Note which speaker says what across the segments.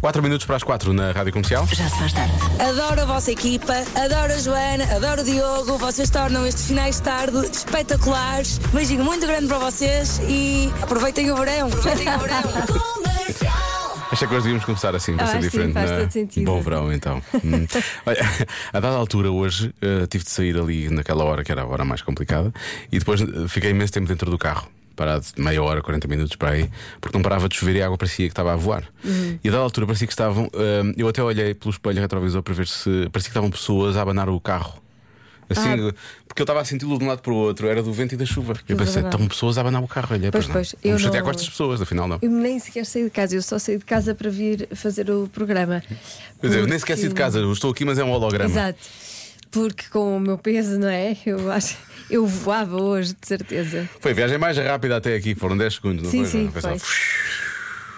Speaker 1: 4 minutos para as 4 na Rádio Comercial.
Speaker 2: Já se faz tarde.
Speaker 3: Adoro a vossa equipa, adoro a Joana, adoro o Diogo. Vocês tornam estes finais de tarde espetaculares. Beijinho muito grande para vocês e aproveitem o verão. Aproveitem o verão.
Speaker 1: Achei que hoje devíamos começar assim, vai
Speaker 4: Eu
Speaker 1: ser
Speaker 4: acho que Ah, sim,
Speaker 1: diferente.
Speaker 4: faz
Speaker 1: não é?
Speaker 4: todo sentido.
Speaker 1: Bom verão, então. Hum. Olha, a dada altura, hoje, eh, tive de sair ali naquela hora que era a hora mais complicada e depois eh, fiquei imenso tempo dentro do carro. Parado meia hora, 40 minutos para aí, porque não parava de chover e a água parecia que estava a voar.
Speaker 4: Uhum.
Speaker 1: E a dada altura parecia que estavam. eh, eu até olhei pelo espelho retrovisor para ver se. Parecia que estavam pessoas a abanar o carro. Assim, porque eu estava a senti-lo de um lado para o outro, era do vento e da chuva. Eu
Speaker 4: Ah. é
Speaker 1: pensei,
Speaker 4: verdade.
Speaker 1: estão pessoas a abanar o carro. Olha,
Speaker 4: Pois,
Speaker 1: não.
Speaker 4: pois, eu
Speaker 1: Vamos chatear
Speaker 4: não-
Speaker 1: com estas pessoas, afinal não.
Speaker 4: Eu nem sequer saí de casa, eu só saí de casa para vir fazer o programa.
Speaker 1: Quer dizer, nem sequer saí de
Speaker 4: Porque-
Speaker 1: casa, eu estou aqui, mas é um holograma.
Speaker 4: Exato. Porque com o meu peso, não é? Eu acho. Eu voava hoje, de certeza.
Speaker 1: Foi a viagem mais rápida até aqui, foram 10 segundos, não
Speaker 4: Sim,
Speaker 1: foi?
Speaker 4: sim,
Speaker 1: Foi só-
Speaker 4: foi.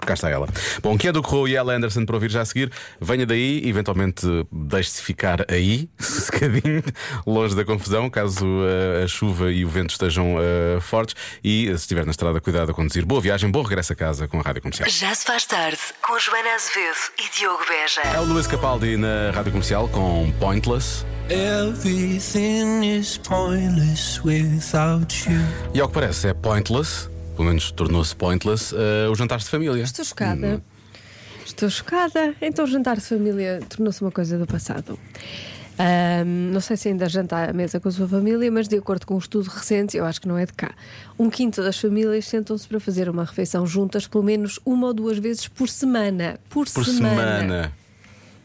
Speaker 1: Cá está ela. Bom, quem é do Correio e ela Anderson para ouvir já a seguir, venha daí, eventualmente deixe-se ficar aí, secadinho, longe da confusão, caso eh, a chuva e o vento estejam eh, fortes. E eh, se estiver na estrada, cuidado a conduzir. Boa viagem, bom regresso a casa com a rádio comercial.
Speaker 2: Já se faz tarde com Joana Azevedo e Diogo Beja.
Speaker 1: É o Luís Capaldi na rádio comercial com Pointless.
Speaker 5: Everything is pointless without you.
Speaker 1: E ao que parece, é Pointless, pelo menos tornou-se Pointless, eh, os jantares de família.
Speaker 4: Estou chocada. Estou chocada. Então, o jantar de família tornou-se uma coisa do passado. Ahm, não sei se ainda janta à mesa com a sua família, mas de acordo com um estudo recente, eu acho que não é de cá. Um quinto das famílias sentam-se para fazer uma refeição juntas pelo menos uma ou duas vezes por semana. Por,
Speaker 1: Por semana.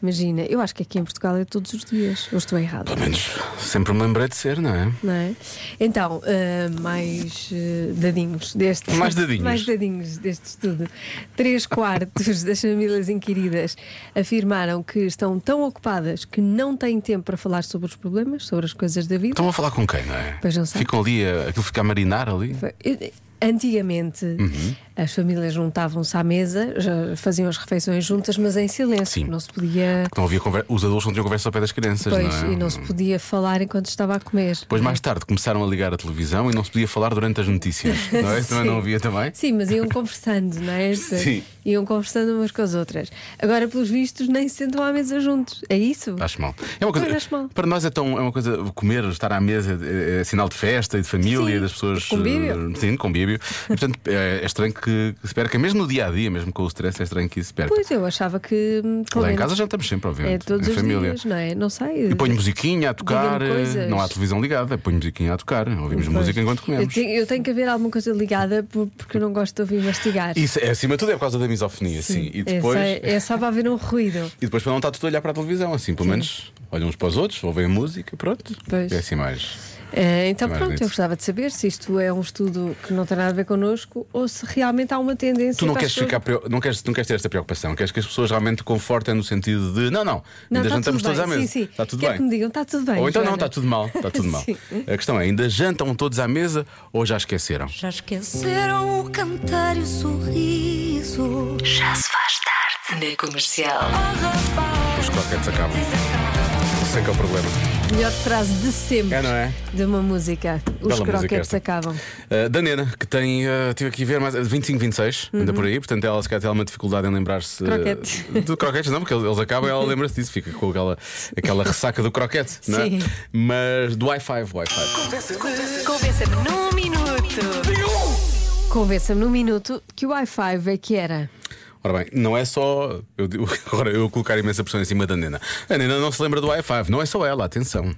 Speaker 4: Imagina, eu acho que aqui em Portugal é todos os dias. Ou estou errada.
Speaker 1: Pelo menos sempre me lembrei de ser, não é?
Speaker 4: não é? Então, ah, mais ah, dadinhos deste.
Speaker 1: Mais dadinhos.
Speaker 4: mais dadinhos deste estudo. Três quartos das famílias inquiridas afirmaram que estão tão ocupadas que não têm tempo para falar sobre os problemas, sobre as coisas da vida.
Speaker 1: Estão a Então falar com quem, não é?
Speaker 4: Pois não sei.
Speaker 1: Ficam ali, a- aquilo fica a marinar ali.
Speaker 4: eh, Antigamente
Speaker 1: Uhum.
Speaker 4: as famílias juntavam-se à mesa, já faziam as refeições juntas, mas em silêncio.
Speaker 1: Sim.
Speaker 4: Não se podia.
Speaker 1: Não havia conver- Os adultos não tinham conversa ao pé das crianças,
Speaker 4: Pois,
Speaker 1: não é?
Speaker 4: e não se podia falar enquanto estava a comer.
Speaker 1: Depois, mais tarde, começaram a ligar a televisão e não se podia falar durante as notícias, não é? Também
Speaker 4: Sim.
Speaker 1: não havia também?
Speaker 4: Sim, mas iam conversando, não é?
Speaker 1: Sim.
Speaker 4: Iam conversando umas com as outras. Agora, pelos vistos, nem se sentam à mesa juntos. É isso?
Speaker 1: Acho mal. É uma
Speaker 4: Pois,
Speaker 1: coisa,
Speaker 4: acho mal.
Speaker 1: Para nós é, tão, é uma coisa comer, estar à mesa, é, é sinal de festa e de família,
Speaker 4: Sim,
Speaker 1: das pessoas.
Speaker 4: convívio.
Speaker 1: eh, Sim, convívio. E, Portanto, é, é estranho que, que se perca, mesmo no dia a dia, mesmo com o stress, é estranho que isso se perca.
Speaker 4: Pois eu achava que. hum, pelo
Speaker 1: Lá em
Speaker 4: menos,
Speaker 1: casa já estamos sempre,
Speaker 4: É
Speaker 1: obviamente.
Speaker 4: todos
Speaker 1: em
Speaker 4: os
Speaker 1: família.
Speaker 4: dias, não é? Não sei.
Speaker 1: E ponho musiquinha a tocar,
Speaker 4: Diga-me coisas.
Speaker 1: eh, não há televisão ligada, ponho musiquinha a tocar, ouvimos
Speaker 4: Pois.
Speaker 1: música enquanto
Speaker 4: Eu
Speaker 1: comemos.
Speaker 4: tenho, eu tenho que haver alguma coisa ligada por- porque eu não gosto de ouvir mastigar.
Speaker 1: Isso, é, acima de tudo, é por causa da misofonia, sim. E depois,
Speaker 4: É só, é só para haver um ruído.
Speaker 1: e depois para não estar tudo a olhar para a televisão, assim, pelo menos olham uns para os outros, ouvem a música, pronto.
Speaker 4: Pois.
Speaker 1: É assim mais.
Speaker 4: É, então,
Speaker 1: Mais
Speaker 4: pronto,
Speaker 1: bonito.
Speaker 4: eu gostava de saber se isto é um estudo que não tem nada a ver connosco ou se realmente há uma tendência.
Speaker 1: Tu não
Speaker 4: para
Speaker 1: queres,
Speaker 4: as pessoas-
Speaker 1: ficar, preo- não, queres, não queres ter esta preocupação, queres que as pessoas realmente confortem no sentido de não, não,
Speaker 4: Não,
Speaker 1: ainda
Speaker 4: tá
Speaker 1: jantamos
Speaker 4: tudo
Speaker 1: todos à
Speaker 4: bem,
Speaker 1: mesa.
Speaker 4: sim, sim.
Speaker 1: Está tudo
Speaker 4: Quero
Speaker 1: bem.
Speaker 4: que me digam, "Tá tudo bem,
Speaker 1: Ou então não,
Speaker 4: Joana."
Speaker 1: está tudo mal, está tudo mal.
Speaker 4: Sim.
Speaker 1: A questão é, ainda jantam todos à mesa ou já esqueceram?
Speaker 6: Já esqueceram o cantar e o sorriso.
Speaker 2: Já se faz tarde na comercial.
Speaker 1: Os croquetes acabam. Sei que é o problema.
Speaker 4: Melhor frase de sempre
Speaker 1: É, não é?
Speaker 4: de uma música. Os
Speaker 1: música
Speaker 4: croquetes
Speaker 1: esta.
Speaker 4: acabam.
Speaker 1: Uh, da Nena, que tem, uh, tive aqui a ver mais 25, 26, ainda por aí, portanto ela se calhar tem alguma dificuldade em lembrar-se uh,
Speaker 4: Uhum. Croquetes.
Speaker 1: do croquetes, não, porque eles acabam e ela lembra-se disso, fica com aquela, aquela ressaca do croquete, não é?
Speaker 4: Sim.
Speaker 1: Mas do Wi-Fi, Wi-Fi.
Speaker 2: Convença-me num minuto.
Speaker 4: Convença-me num minuto que o Wi-Fi é que era.
Speaker 1: Ora bem, não é só. Eu, digo- agora eu colocar imensa pressão em cima da Nena. A Nena não se lembra do Wi-Fi, não é só ela, atenção.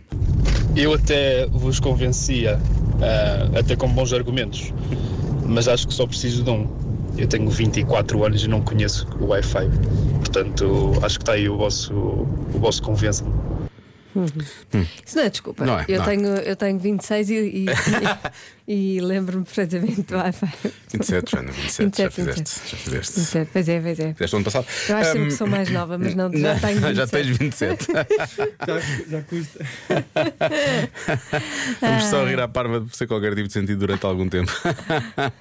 Speaker 7: Eu até vos convencia, ah, até com bons argumentos, mas acho que só preciso de um. Eu tenho 24 anos e não conheço o Wi-Fi. Portanto, acho que está aí o vosso, o vosso convença-me.
Speaker 4: Isso não é desculpa.
Speaker 1: Não é,
Speaker 4: eu,
Speaker 1: não é.
Speaker 4: Tenho, eu tenho 26 e, e, e lembro-me perfeitamente do Wi-Fi.
Speaker 1: 27, Joana, 27, já
Speaker 4: 27,
Speaker 1: fizeste. Já fizeste.
Speaker 4: Certo, Pois é, pois é.
Speaker 1: Fizeste o ano passado.
Speaker 4: Eu acho sempre
Speaker 1: Ahm,
Speaker 4: que sou mais nova, mas não, já tenho 27.
Speaker 1: já tens 27.
Speaker 5: Já, já custa.
Speaker 1: Vamos só rir à parva de ser qualquer tipo de sentido durante algum tempo.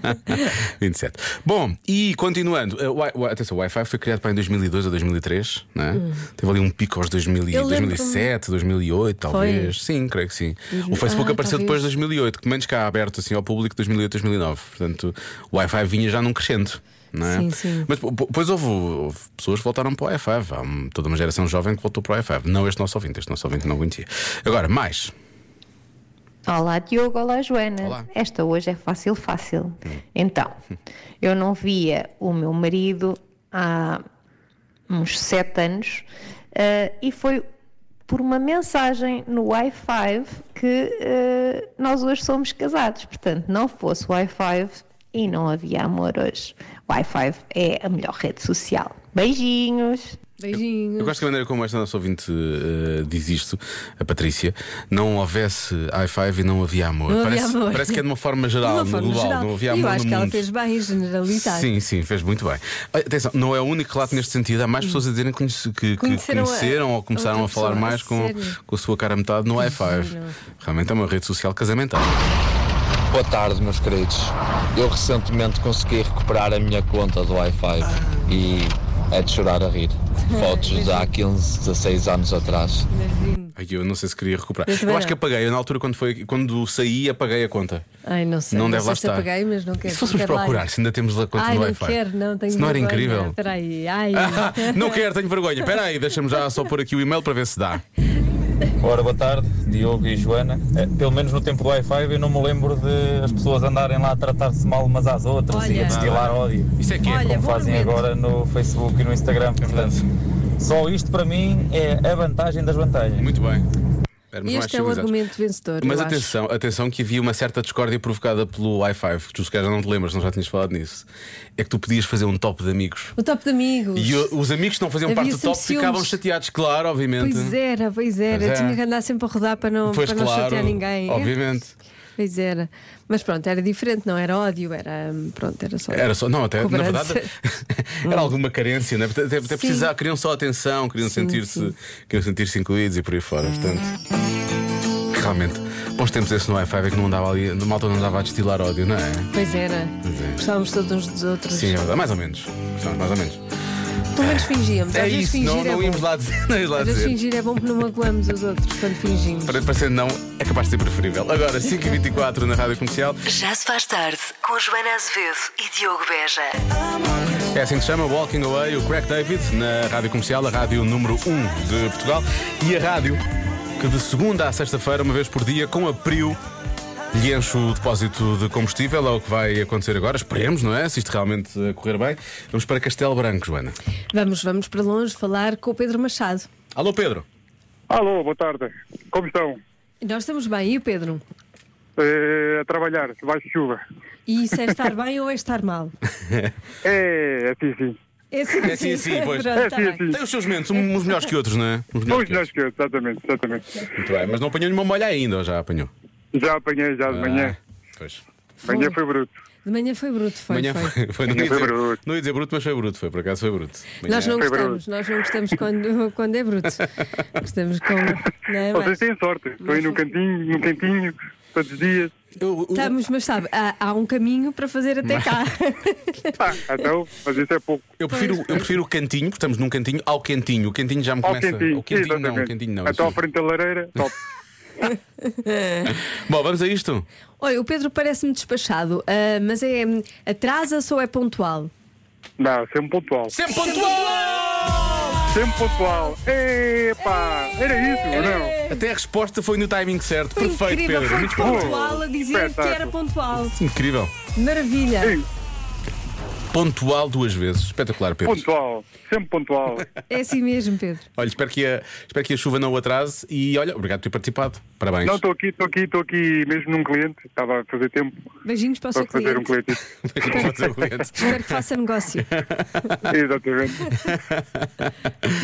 Speaker 1: 27. Bom, e continuando, eh, wi- wi- atenção, o Wi-Fi foi criado para em 2002 ou 2003, não é? Teve ali um pico aos 2000, e-
Speaker 4: Hum. Eu lembro-me.
Speaker 1: 2007, 2008, talvez. Sim, creio que sim. O Facebook
Speaker 4: Ah,
Speaker 1: apareceu depois
Speaker 4: talvez.
Speaker 1: de 2008, que menos cá aberto assim ao público 2008, 2009. Portanto, o Wi-Fi vinha já num crescendo. não é?
Speaker 4: Sim, sim.
Speaker 1: Mas po- po- depois houve, houve pessoas que voltaram para o F5. Há hum, toda uma geração jovem que voltou para o F5. Não este nosso ouvinte, este nosso ouvinte não conhecia. Agora, mais.
Speaker 8: Olá Diogo, olá Joana.
Speaker 1: Olá.
Speaker 8: Esta hoje é fácil, fácil. Então, eu não via o meu marido há uns sete anos eh, e foi por uma mensagem no Wi-Fi que eh, nós hoje somos casados. Portanto, não fosse Wi-Fi e não havia amor hoje. Wi-Fi é a melhor rede social. Beijinhos!
Speaker 4: Beijinhos.
Speaker 1: Eu gosto que a maneira como esta nossa ouvinte eh, diz isto, a Patrícia, não houvesse i5 e não havia amor.
Speaker 4: Não havia
Speaker 1: parece,
Speaker 4: amor.
Speaker 1: parece que é de uma forma
Speaker 4: De
Speaker 1: geral,
Speaker 4: uma forma
Speaker 1: global.
Speaker 4: geral.
Speaker 1: Não havia
Speaker 4: E
Speaker 1: amor
Speaker 4: eu acho
Speaker 1: no
Speaker 4: que ela
Speaker 1: mundo.
Speaker 4: fez bem generalizar.
Speaker 1: Sim, sim, fez muito bem. Ah, Atenção, não é o único relato neste sentido. Há mais pessoas a dizerem que, conhece- que- que
Speaker 4: Conheceram
Speaker 1: conheceram,
Speaker 4: a-
Speaker 1: ou começaram a
Speaker 4: outra
Speaker 1: falar
Speaker 4: pessoa,
Speaker 1: mais
Speaker 4: a
Speaker 1: com,
Speaker 4: sério.
Speaker 1: com a sua cara a metade no i5. Realmente é uma rede social casamental.
Speaker 9: Boa tarde, meus queridos. Eu recentemente consegui recuperar a minha conta do Wi-Fi e é de chorar a rir. Fotos de há 15, 16 anos atrás.
Speaker 4: Beijinho.
Speaker 1: Ai, eu não sei se queria recuperar.
Speaker 4: Eu
Speaker 1: Eu,
Speaker 4: também
Speaker 1: acho
Speaker 4: não.
Speaker 1: que apaguei. Eu, na altura, quando, foi, quando saí, apaguei a conta.
Speaker 4: Ai, não sei.
Speaker 1: não deve
Speaker 4: sei
Speaker 1: lá
Speaker 4: se
Speaker 1: estar.
Speaker 4: apaguei, mas não quero.
Speaker 1: E se fôssemos
Speaker 4: quero lá ir.
Speaker 1: procurar, se ainda temos a conta
Speaker 4: Ai,
Speaker 1: do
Speaker 4: não
Speaker 1: Wi-Fi?
Speaker 4: quero, não tenho
Speaker 1: Se não era
Speaker 4: vergonha.
Speaker 1: incrível.
Speaker 4: Espera aí, ai.
Speaker 1: Ah, não quero, tenho vergonha. Espera aí, deixa-me já só pôr aqui o e-mail para ver se dá.
Speaker 10: Ora, boa tarde, Diogo e Joana. Eh, Pelo menos no tempo do Wi-Fi eu não me lembro de as pessoas andarem lá a tratar-se mal umas às outras
Speaker 1: é
Speaker 10: e
Speaker 4: Olha.
Speaker 10: a destilar ódio,
Speaker 1: Isso é que é.
Speaker 4: Olha,
Speaker 10: como
Speaker 4: bom
Speaker 10: fazem
Speaker 4: momento.
Speaker 10: agora no Facebook e no Instagram. Portanto, só isto para mim é a vantagem das vantagens.
Speaker 1: Muito bem. Éramos mais
Speaker 4: Este é o
Speaker 1: civilizados.
Speaker 4: argumento vencedor.
Speaker 1: Mas
Speaker 4: eu acho.
Speaker 1: atenção, atenção que havia uma certa discórdia provocada pelo Wi-Fi. Tu se calhar já não te lembras, não já tinhas falado nisso. É que tu podias fazer um top de amigos.
Speaker 4: O top de amigos.
Speaker 1: E o- os amigos que não faziam
Speaker 4: Havia
Speaker 1: parte do
Speaker 4: sempre
Speaker 1: top ficavam
Speaker 4: ciúmes.
Speaker 1: chateados, claro, obviamente.
Speaker 4: Pois era, pois era.
Speaker 1: Pois é.
Speaker 4: Tinha que andar sempre a rodar para não,
Speaker 1: Pois
Speaker 4: para não
Speaker 1: claro,
Speaker 4: chatear ninguém.
Speaker 1: obviamente.
Speaker 4: Pois era. Mas pronto, era diferente, não era ódio, era. hum, Pronto, era só.
Speaker 1: Era só, não, até
Speaker 4: Cobrança.
Speaker 1: na verdade era alguma carência, né? até, até
Speaker 4: Sim.
Speaker 1: precisar, queriam só atenção, queriam
Speaker 4: Sim,
Speaker 1: sentir-se
Speaker 4: sim.
Speaker 1: queriam sentir-se incluídos e por aí fora. Portanto, realmente, bons tempos esse no Wi-Fi é que não andava ali, no malta não andava a destilar ódio, não é?
Speaker 4: Pois era.
Speaker 1: é.
Speaker 4: Gostávamos todos uns dos outros.
Speaker 1: Sim, é verdade, mais ou menos. Gostávamos mais ou menos.
Speaker 4: Pelo menos fingíamos.
Speaker 1: É
Speaker 4: Às vezes
Speaker 1: isso,
Speaker 4: fingir
Speaker 1: não,
Speaker 4: é
Speaker 1: não
Speaker 4: bom.
Speaker 1: íamos lá dizer. Não íamos lá
Speaker 4: Às vezes
Speaker 1: dizer.
Speaker 4: fingir é bom porque não magoamos os outros quando fingimos.
Speaker 1: Para- Parecendo não, é capaz de ser preferível. Agora, 5h24 na rádio comercial.
Speaker 2: Já se faz tarde com Joana Azevedo e Diogo Beja.
Speaker 1: É assim que se chama Walking Away, o Crack David, na rádio comercial, a rádio número 1 de Portugal. E a rádio que de segunda à sexta-feira, uma vez por dia, com a Prio. Lhe enche o depósito de combustível, é o que vai acontecer agora. Esperemos, não é? Se isto realmente eh, correr bem. Vamos para Castelo Branco, Joana.
Speaker 4: Vamos, vamos para longe falar com o Pedro Machado.
Speaker 1: Alô, Pedro.
Speaker 11: Alô, boa tarde. Como estão?
Speaker 4: Nós estamos bem, e o Pedro?
Speaker 11: Eh, a trabalhar, debaixo de chuva.
Speaker 4: E isso é estar bem ou é estar mal?
Speaker 11: É, assim sim.
Speaker 4: É sim,
Speaker 1: É sim, sim, pois.
Speaker 4: Pronto,
Speaker 11: É
Speaker 4: tá
Speaker 11: sim,
Speaker 4: bem.
Speaker 11: é sim.
Speaker 1: Tem os seus momentos, uns melhores que outros, não é? Uns melhores
Speaker 11: Pois
Speaker 1: que outros.
Speaker 11: nós que exatamente, exatamente.
Speaker 1: Muito bem, mas não apanhou nenhuma molha ainda, ou já apanhou?
Speaker 11: Já apanhei, já de manhã.
Speaker 1: Ah, pois.
Speaker 11: Manhã foi bruto.
Speaker 4: De manhã foi bruto, foi.
Speaker 1: Amanhã
Speaker 4: foi.
Speaker 1: foi, foi, não,
Speaker 11: Amanhã
Speaker 1: ia
Speaker 11: foi
Speaker 1: dizer,
Speaker 11: bruto.
Speaker 1: não ia dizer bruto, mas foi bruto, foi por acaso foi bruto. Amanhã-
Speaker 4: Nós não
Speaker 11: Foi
Speaker 4: gostamos, nós não gostamos quando, quando é bruto. Gostamos com. Não é,
Speaker 11: Vocês
Speaker 4: mas...
Speaker 11: têm sorte. Estou aí num cantinho, num cantinho, todos os dias.
Speaker 1: Eu- eu-
Speaker 4: Estamos, mas sabe, há, há um caminho para fazer até cá.
Speaker 11: Pá, então, mas isso é pouco.
Speaker 1: Eu prefiro, eu prefiro o cantinho, porque estamos num cantinho, ao cantinho. O cantinho já me
Speaker 11: Ao
Speaker 1: começa.
Speaker 11: cantinho,
Speaker 1: o cantinho não, o
Speaker 11: exatamente. Então,
Speaker 1: cantinho não.
Speaker 11: Até
Speaker 1: isso
Speaker 11: à frente da lareira, top.
Speaker 1: não. Bom, vamos a isto.
Speaker 4: Olha, o Pedro parece-me despachado, ah, mas é hum, atrasa-se ou é pontual?
Speaker 11: Não, sempre pontual.
Speaker 1: Sempre pontual!
Speaker 11: Sempre pontual. Epá, era isso, não? é?
Speaker 1: Até a resposta foi no timing certo.
Speaker 4: Foi
Speaker 1: É Perfeito,
Speaker 4: incrível,
Speaker 1: Pedro.
Speaker 4: foi
Speaker 1: Muito bom.
Speaker 4: pontual a dizer que era
Speaker 11: Espetáculo.
Speaker 4: pontual.
Speaker 1: Incrível.
Speaker 4: Maravilha.
Speaker 1: Pontual duas vezes. Espetacular, Pedro.
Speaker 11: Pontual, sempre pontual.
Speaker 4: É assim mesmo, Pedro.
Speaker 1: Olha, espero que, a, espero que a chuva não o atrase e olha, obrigado por ter participado. Parabéns.
Speaker 11: Não, estou aqui, estou aqui, estou aqui mesmo num cliente. Estava a fazer tempo
Speaker 4: Beijinhos para o
Speaker 11: para
Speaker 4: seu
Speaker 11: fazer um
Speaker 4: cliente.
Speaker 11: cliente.
Speaker 1: Vamos ao cliente.
Speaker 4: Espero que faça negócio.
Speaker 11: Exatamente.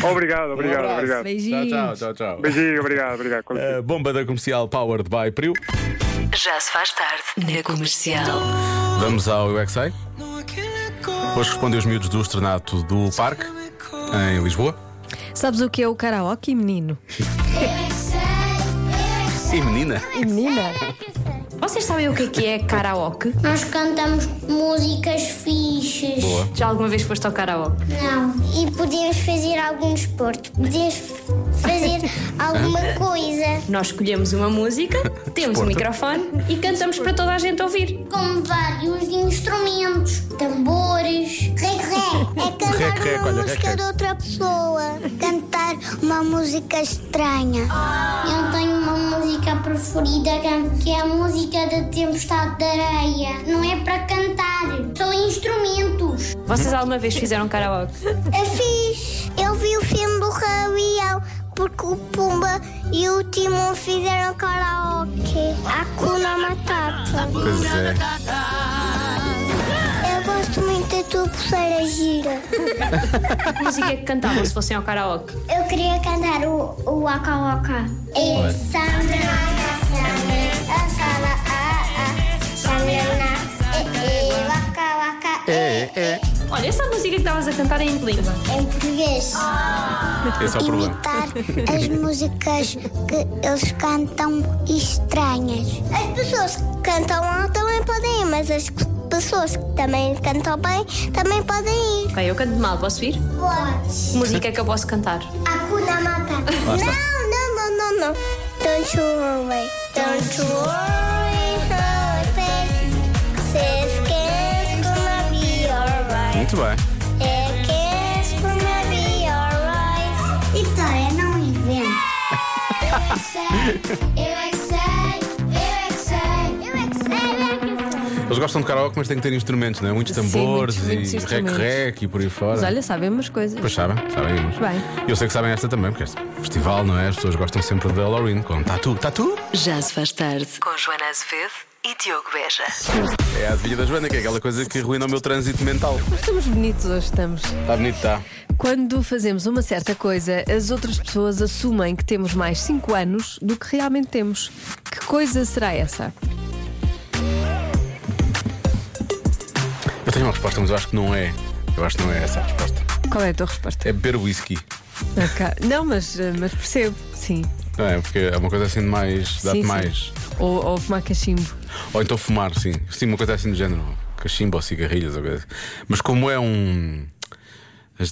Speaker 11: obrigado, obrigado,
Speaker 1: abraço.
Speaker 11: obrigado.
Speaker 4: Um Beijinhos.
Speaker 1: Tchau, tchau, tchau, tchau.
Speaker 11: Beijinho, obrigado, obrigado. Com licença.
Speaker 1: A bomba da comercial Powered by Priu.
Speaker 2: Já se faz tarde na comercial.
Speaker 1: Vamos ao UXA. Hoje respondem os miúdos do estrenato do Parque, em Lisboa.
Speaker 4: Sabes o que é o karaoke, menino?
Speaker 1: E menina.
Speaker 4: E menina? Ou
Speaker 12: Vocês sabem o que é que é karaoke?
Speaker 13: Nós cantamos músicas fixes.
Speaker 12: Já alguma vez foste ao karaoke?
Speaker 13: Não. E podíamos fazer algum desporto. Podíamos fazer alguma coisa.
Speaker 12: Nós escolhemos uma música, temos um
Speaker 13: Desporto.
Speaker 12: microfone e cantamos para toda a gente ouvir.
Speaker 13: Com vários instrumentos, tambores. Rec-rec. É cantar
Speaker 12: Rec, rec,
Speaker 13: uma
Speaker 12: olha,
Speaker 13: música
Speaker 12: rec,
Speaker 13: de outra pessoa. Cantar uma música estranha. Eu tenho uma música preferida que é a música da Tempestade de Areia. Não é para cantar, são instrumentos.
Speaker 12: Vocês alguma vez fizeram karaoke?
Speaker 13: Eu fiz. Eu vi o filme do Rei Leão porque o Pumba e o Timon fizeram karaoke. Hakuna Matata.
Speaker 1: Pois é.
Speaker 13: Eu gosto muito da tua pulseira gira.
Speaker 12: Que música é que cantavam se fossem ao karaoke?
Speaker 13: Eu queria cantar o, o Waka Waka.
Speaker 12: Olha.
Speaker 13: ah, eh,
Speaker 1: É, é.
Speaker 12: Olha, essa música que estavas a cantar é em que língua?
Speaker 13: Em português.
Speaker 1: Esse é o problema.
Speaker 13: imitar as músicas que eles cantam estranhas. As pessoas que cantam mal também podem ir, mas as que- pessoas que também cantam bem também podem ir.
Speaker 12: Ok, eu canto mal, posso ir?
Speaker 13: Podes.
Speaker 12: Que música é que eu posso cantar?
Speaker 13: Hakuna Matata.
Speaker 12: Lá
Speaker 13: Não,
Speaker 12: está.
Speaker 13: não, não, não, não. Don't you worry. Don't you worry, no effect. Says kids gonna be alright.
Speaker 1: Muito bem.
Speaker 13: É kids gonna be alright. Vitória, não inventa. Eu é que sei, eu é que sei, eu é que sei, eu é que sei, eu é que sei.
Speaker 1: Eles gostam de karaoke, mas têm que ter instrumentos, não é? Muitos tambores
Speaker 4: Sim, muitos, muitos
Speaker 1: e
Speaker 4: instrumentos.
Speaker 1: rec-rec e por aí fora.
Speaker 4: Mas olha, sabem umas coisas.
Speaker 1: Pois sabem, sabem umas.
Speaker 4: Bem,
Speaker 1: Eu sei que sabem esta também, porque este festival, não é? As pessoas gostam sempre da Halloween com Tatu. Tatu?
Speaker 2: Já se faz tarde com Joana Azevedo e Diogo Beja.
Speaker 1: É a adivinha da Joana, que é aquela coisa que ruína o meu trânsito mental.
Speaker 4: mas estamos bonitos hoje, estamos.
Speaker 1: Está bonito, está.
Speaker 4: Quando fazemos uma certa coisa, as outras pessoas assumem que temos mais 5 anos do que realmente temos. Que coisa será essa?
Speaker 1: Eu tenho uma resposta, mas eu acho que não é. Eu acho que não é essa a resposta.
Speaker 4: Qual é a tua resposta?
Speaker 1: É beber whisky.
Speaker 4: Ok. Não, mas, eh, mas percebo, sim.
Speaker 1: Não é? Porque é uma coisa assim de mais.
Speaker 4: Sim,
Speaker 1: Dá-te
Speaker 4: sim.
Speaker 1: mais.
Speaker 4: Ou, ou fumar cachimbo.
Speaker 1: Ou então fumar, sim. Sim, uma coisa assim do género. Cachimbo ou cigarrilhas ou coisa assim. Mas como é um.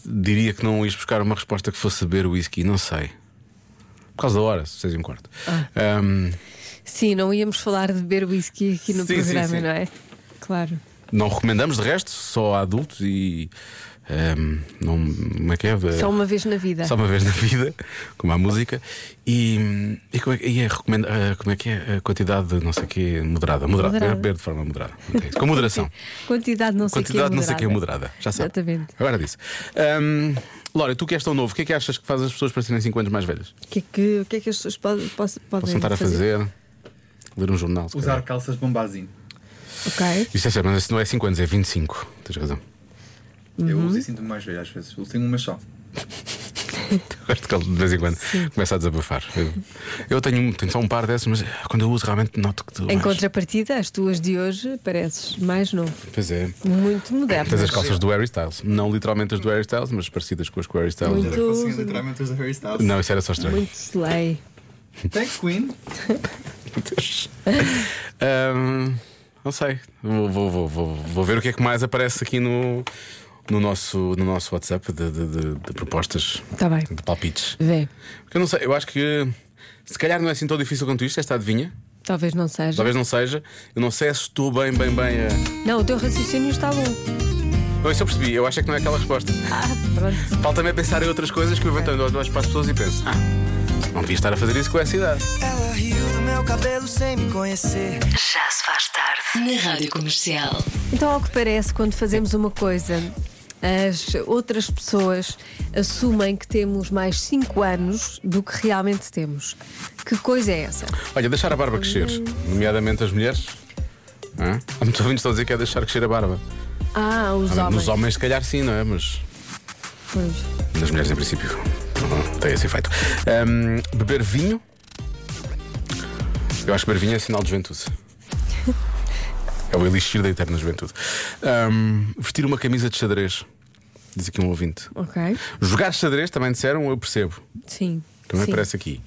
Speaker 1: Diria que não ias buscar uma resposta que fosse beber whisky, não sei. Por causa da hora, seis e um quarto.
Speaker 4: Ah.
Speaker 1: Ahm,
Speaker 4: Sim, não íamos falar de beber whisky aqui no
Speaker 1: Sim, sim,
Speaker 4: programa,
Speaker 1: sim.
Speaker 4: não é? Claro.
Speaker 1: não recomendamos, de resto, só a adultos e. ahm, não, como é que é?
Speaker 4: Só uma vez na vida.
Speaker 1: Só uma vez na vida, como a música. E, e como é, que- e é recomenda- ah, como é que é a quantidade de não sei o quê moderada? Moderada. é
Speaker 4: Moderada.
Speaker 1: Beber de forma moderada. Não tem isso. Com moderação.
Speaker 4: Quantidade não sei
Speaker 1: Quantidade
Speaker 4: que é
Speaker 1: não sei o que é moderada. Já sabe.
Speaker 4: Exatamente.
Speaker 1: Agora disse. Ahm, Laura, tu que és tão novo, o que é que achas que faz as pessoas para serem 5 anos mais velhas?
Speaker 4: O que, é que, o que é que as pessoas podem, podem
Speaker 1: Possam estar a fazer, ler um jornal. se calhar.
Speaker 14: Usar calças bombazinho.
Speaker 4: Ok.
Speaker 1: Isso é certo, mas isso não é 5 anos, é 25. Tens razão.
Speaker 14: Eu uso e sinto-me mais velho às vezes. Eu tenho uma só.
Speaker 1: Gosto que ele de vez em quando começa a desabafar. Eu, eu tenho, um- tenho só um par dessas, mas ah, quando eu uso realmente noto que tu.
Speaker 4: Em contrapartida, as tuas de hoje pareces mais novo.
Speaker 1: Pois é.
Speaker 4: Muito moderno.
Speaker 1: Tens as calças do Harry Styles. Não literalmente as do Harry Styles, mas parecidas com as que o Harry Styles.
Speaker 4: Muito- Eu consigo
Speaker 14: literalmente usar Harry Styles.
Speaker 1: Não, isso era só estranho.
Speaker 4: Muito slay.
Speaker 14: Thanks, Queen.
Speaker 1: Ahm, não sei. Vou, vou, vou, vou, vou ver o que é que mais aparece aqui no, no, nosso, no nosso WhatsApp de, de- de- de propostas.
Speaker 4: Tá bem.
Speaker 1: De palpites.
Speaker 4: Vê.
Speaker 1: Porque eu não sei, eu acho que se calhar não é assim tão difícil quanto isto, esta adivinha.
Speaker 4: Talvez não seja.
Speaker 1: Talvez não seja. Eu não sei se estou bem, bem, bem. a-
Speaker 4: Não, o teu raciocínio está bom.
Speaker 1: Não, isso eu percebi. Eu acho é que não é aquela resposta.
Speaker 4: Ah,
Speaker 1: Falta-me é pensar em outras coisas que eu eventualmente olho mais para as pessoas e penso: ah, não devia estar a fazer isso com essa idade.
Speaker 15: Ela riu do meu cabelo sem me conhecer.
Speaker 2: Já se faz tarde na Rádio Comercial.
Speaker 4: Então, ao que parece, quando fazemos uma coisa, as outras pessoas assumem que temos mais 5 anos do que realmente temos. Que coisa é essa?
Speaker 1: Olha, deixar a barba crescer, nomeadamente as mulheres. Hã? Há muitos ouvintes que estão a dizer que é deixar crescer a barba.
Speaker 4: Ah, os
Speaker 1: Ah,
Speaker 4: homens.
Speaker 1: Nos homens, se calhar, sim, não é? Mas
Speaker 4: Pois.
Speaker 1: nas mulheres, em princípio, não tem esse efeito. Ahm, beber vinho. Eu acho que beber vinho é sinal de juventude. É o elixir da eterna juventude. Ahm, vestir uma camisa de xadrez. Diz aqui um ouvinte.
Speaker 4: Ok.
Speaker 1: Jogar xadrez também disseram, eu percebo.
Speaker 4: Sim.
Speaker 1: Também
Speaker 4: Sim.
Speaker 1: eh, aparece aqui.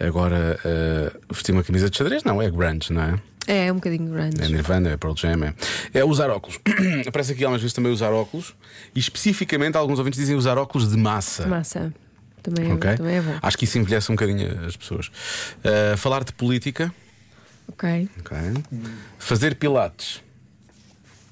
Speaker 1: Agora, ah, vestir uma camisa de xadrez não é grunge, não é?
Speaker 4: É, é um bocadinho grande.
Speaker 1: É Nirvana, é Pearl Jam, é. É usar óculos. Aparece aqui algumas vezes também usar óculos. E especificamente, alguns ouvintes dizem usar óculos de massa.
Speaker 4: Massa. Também, é-
Speaker 1: ok?
Speaker 4: também é bom.
Speaker 1: Acho que isso envelhece um bocadinho as pessoas. Uh, falar de política.
Speaker 4: Ok.
Speaker 1: ok. Fazer pilates.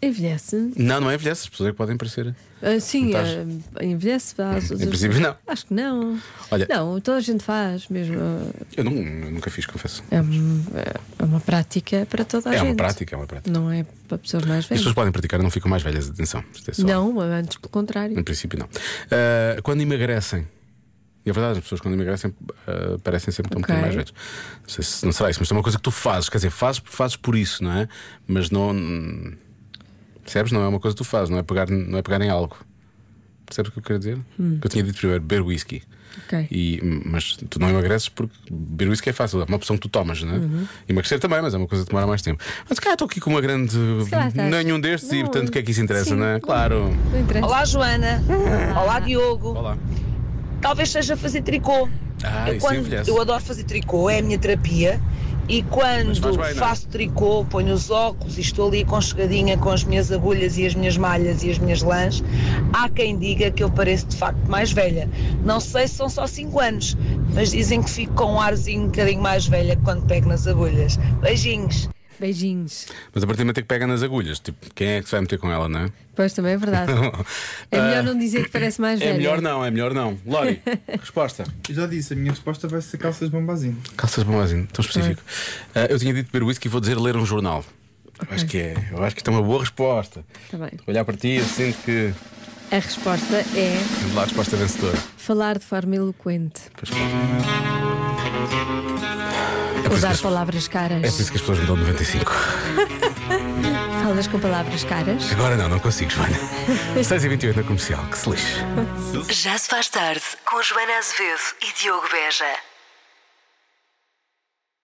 Speaker 4: Envelhece.
Speaker 1: Não, não é envelhece, as pessoas é que podem parecer.
Speaker 4: Ah, sim,
Speaker 1: Não estás-
Speaker 4: ah, envelhece. faz-
Speaker 1: Em princípio, não.
Speaker 4: Acho que não.
Speaker 1: Olha-
Speaker 4: Não, toda a gente faz mesmo. ah,
Speaker 1: Eu, não- eu nunca fiz, confesso.
Speaker 4: É, um- é uma prática para toda a
Speaker 1: É
Speaker 4: gente.
Speaker 1: uma prática, é uma prática.
Speaker 4: Não é para pessoas mais
Speaker 1: As pessoas
Speaker 4: velhas.
Speaker 1: podem praticar e não ficam mais velhas, atenção. Isto é só- Hum.
Speaker 4: Não, antes pelo contrário.
Speaker 1: Em princípio, não. Uh, quando emagrecem. E é verdade, as pessoas quando emagrecem uh, parecem sempre tão um
Speaker 4: Ok.
Speaker 1: bocadinho mais velhas. Não, sei se não será isso, mas é uma coisa que tu fazes. Quer dizer, fazes, fazes por isso, não é? Mas não. Percebes? Não é uma coisa que tu fazes, não é pegar, não é pegar em algo. Percebes o que eu quero dizer?
Speaker 4: Hum.
Speaker 1: Que eu tinha dito primeiro, beber whisky.
Speaker 4: Ok.
Speaker 1: E, mas tu não emagreces porque beber whisky é fácil, é uma opção que tu tomas, não é?
Speaker 4: Uhum.
Speaker 1: Emagrecer também, mas é uma coisa que demora mais tempo. Mas cá estou aqui com uma grande.
Speaker 16: calhar estás.
Speaker 1: Nenhum destes e
Speaker 16: Não.
Speaker 1: portanto o que é que isso interessa,
Speaker 16: Sim. Uhum.
Speaker 1: não é? Claro.
Speaker 16: Olá, Joana. Olá, Diogo.
Speaker 1: Olá.
Speaker 16: Talvez seja fazer tricô.
Speaker 1: Ah,
Speaker 16: eu,
Speaker 1: isso
Speaker 16: quando-
Speaker 1: envelhece.
Speaker 16: eu adoro fazer tricô, é a minha terapia. E quando
Speaker 1: Mas faz bem, não é?
Speaker 16: faço tricô, ponho os óculos e estou ali aconchegadinha com as minhas agulhas e as minhas malhas e as minhas lãs, há quem diga que eu pareço de facto mais velha. Não sei se são só 5 anos, mas dizem que fico com um arzinho um bocadinho mais velha quando pego nas agulhas. Beijinhos.
Speaker 4: Beijinhos.
Speaker 1: Mas a partir do momento em que pega nas agulhas, tipo, quem é que se vai meter com ela, não é? Ah,
Speaker 4: Pois também é verdade. É melhor não dizer que parece mais velho.
Speaker 1: É melhor não, é melhor não. Lori, resposta.
Speaker 14: Eu já disse, a minha resposta vai ser calças bombazinho.
Speaker 1: Calças bombazinho, tão específico. Ah, eu tinha dito beber whisky e vou dizer ler um jornal. Eu Acho que é, eu acho que isto é uma boa resposta.
Speaker 4: Tá bem.
Speaker 1: Olhar para ti, eu sinto que.
Speaker 4: A resposta é
Speaker 1: Temos lá a resposta vencedora.
Speaker 4: falar de forma eloquente.
Speaker 1: Pois É por, isso que
Speaker 4: Usar
Speaker 1: as,
Speaker 4: palavras caras.
Speaker 1: é por isso que as pessoas me dão 95.
Speaker 4: Falas com palavras caras.
Speaker 1: Agora não, não consigo, Joana. 6 e 28 na comercial, que se lixe.
Speaker 2: Já se faz tarde com Joana Azevedo e Diogo Beja.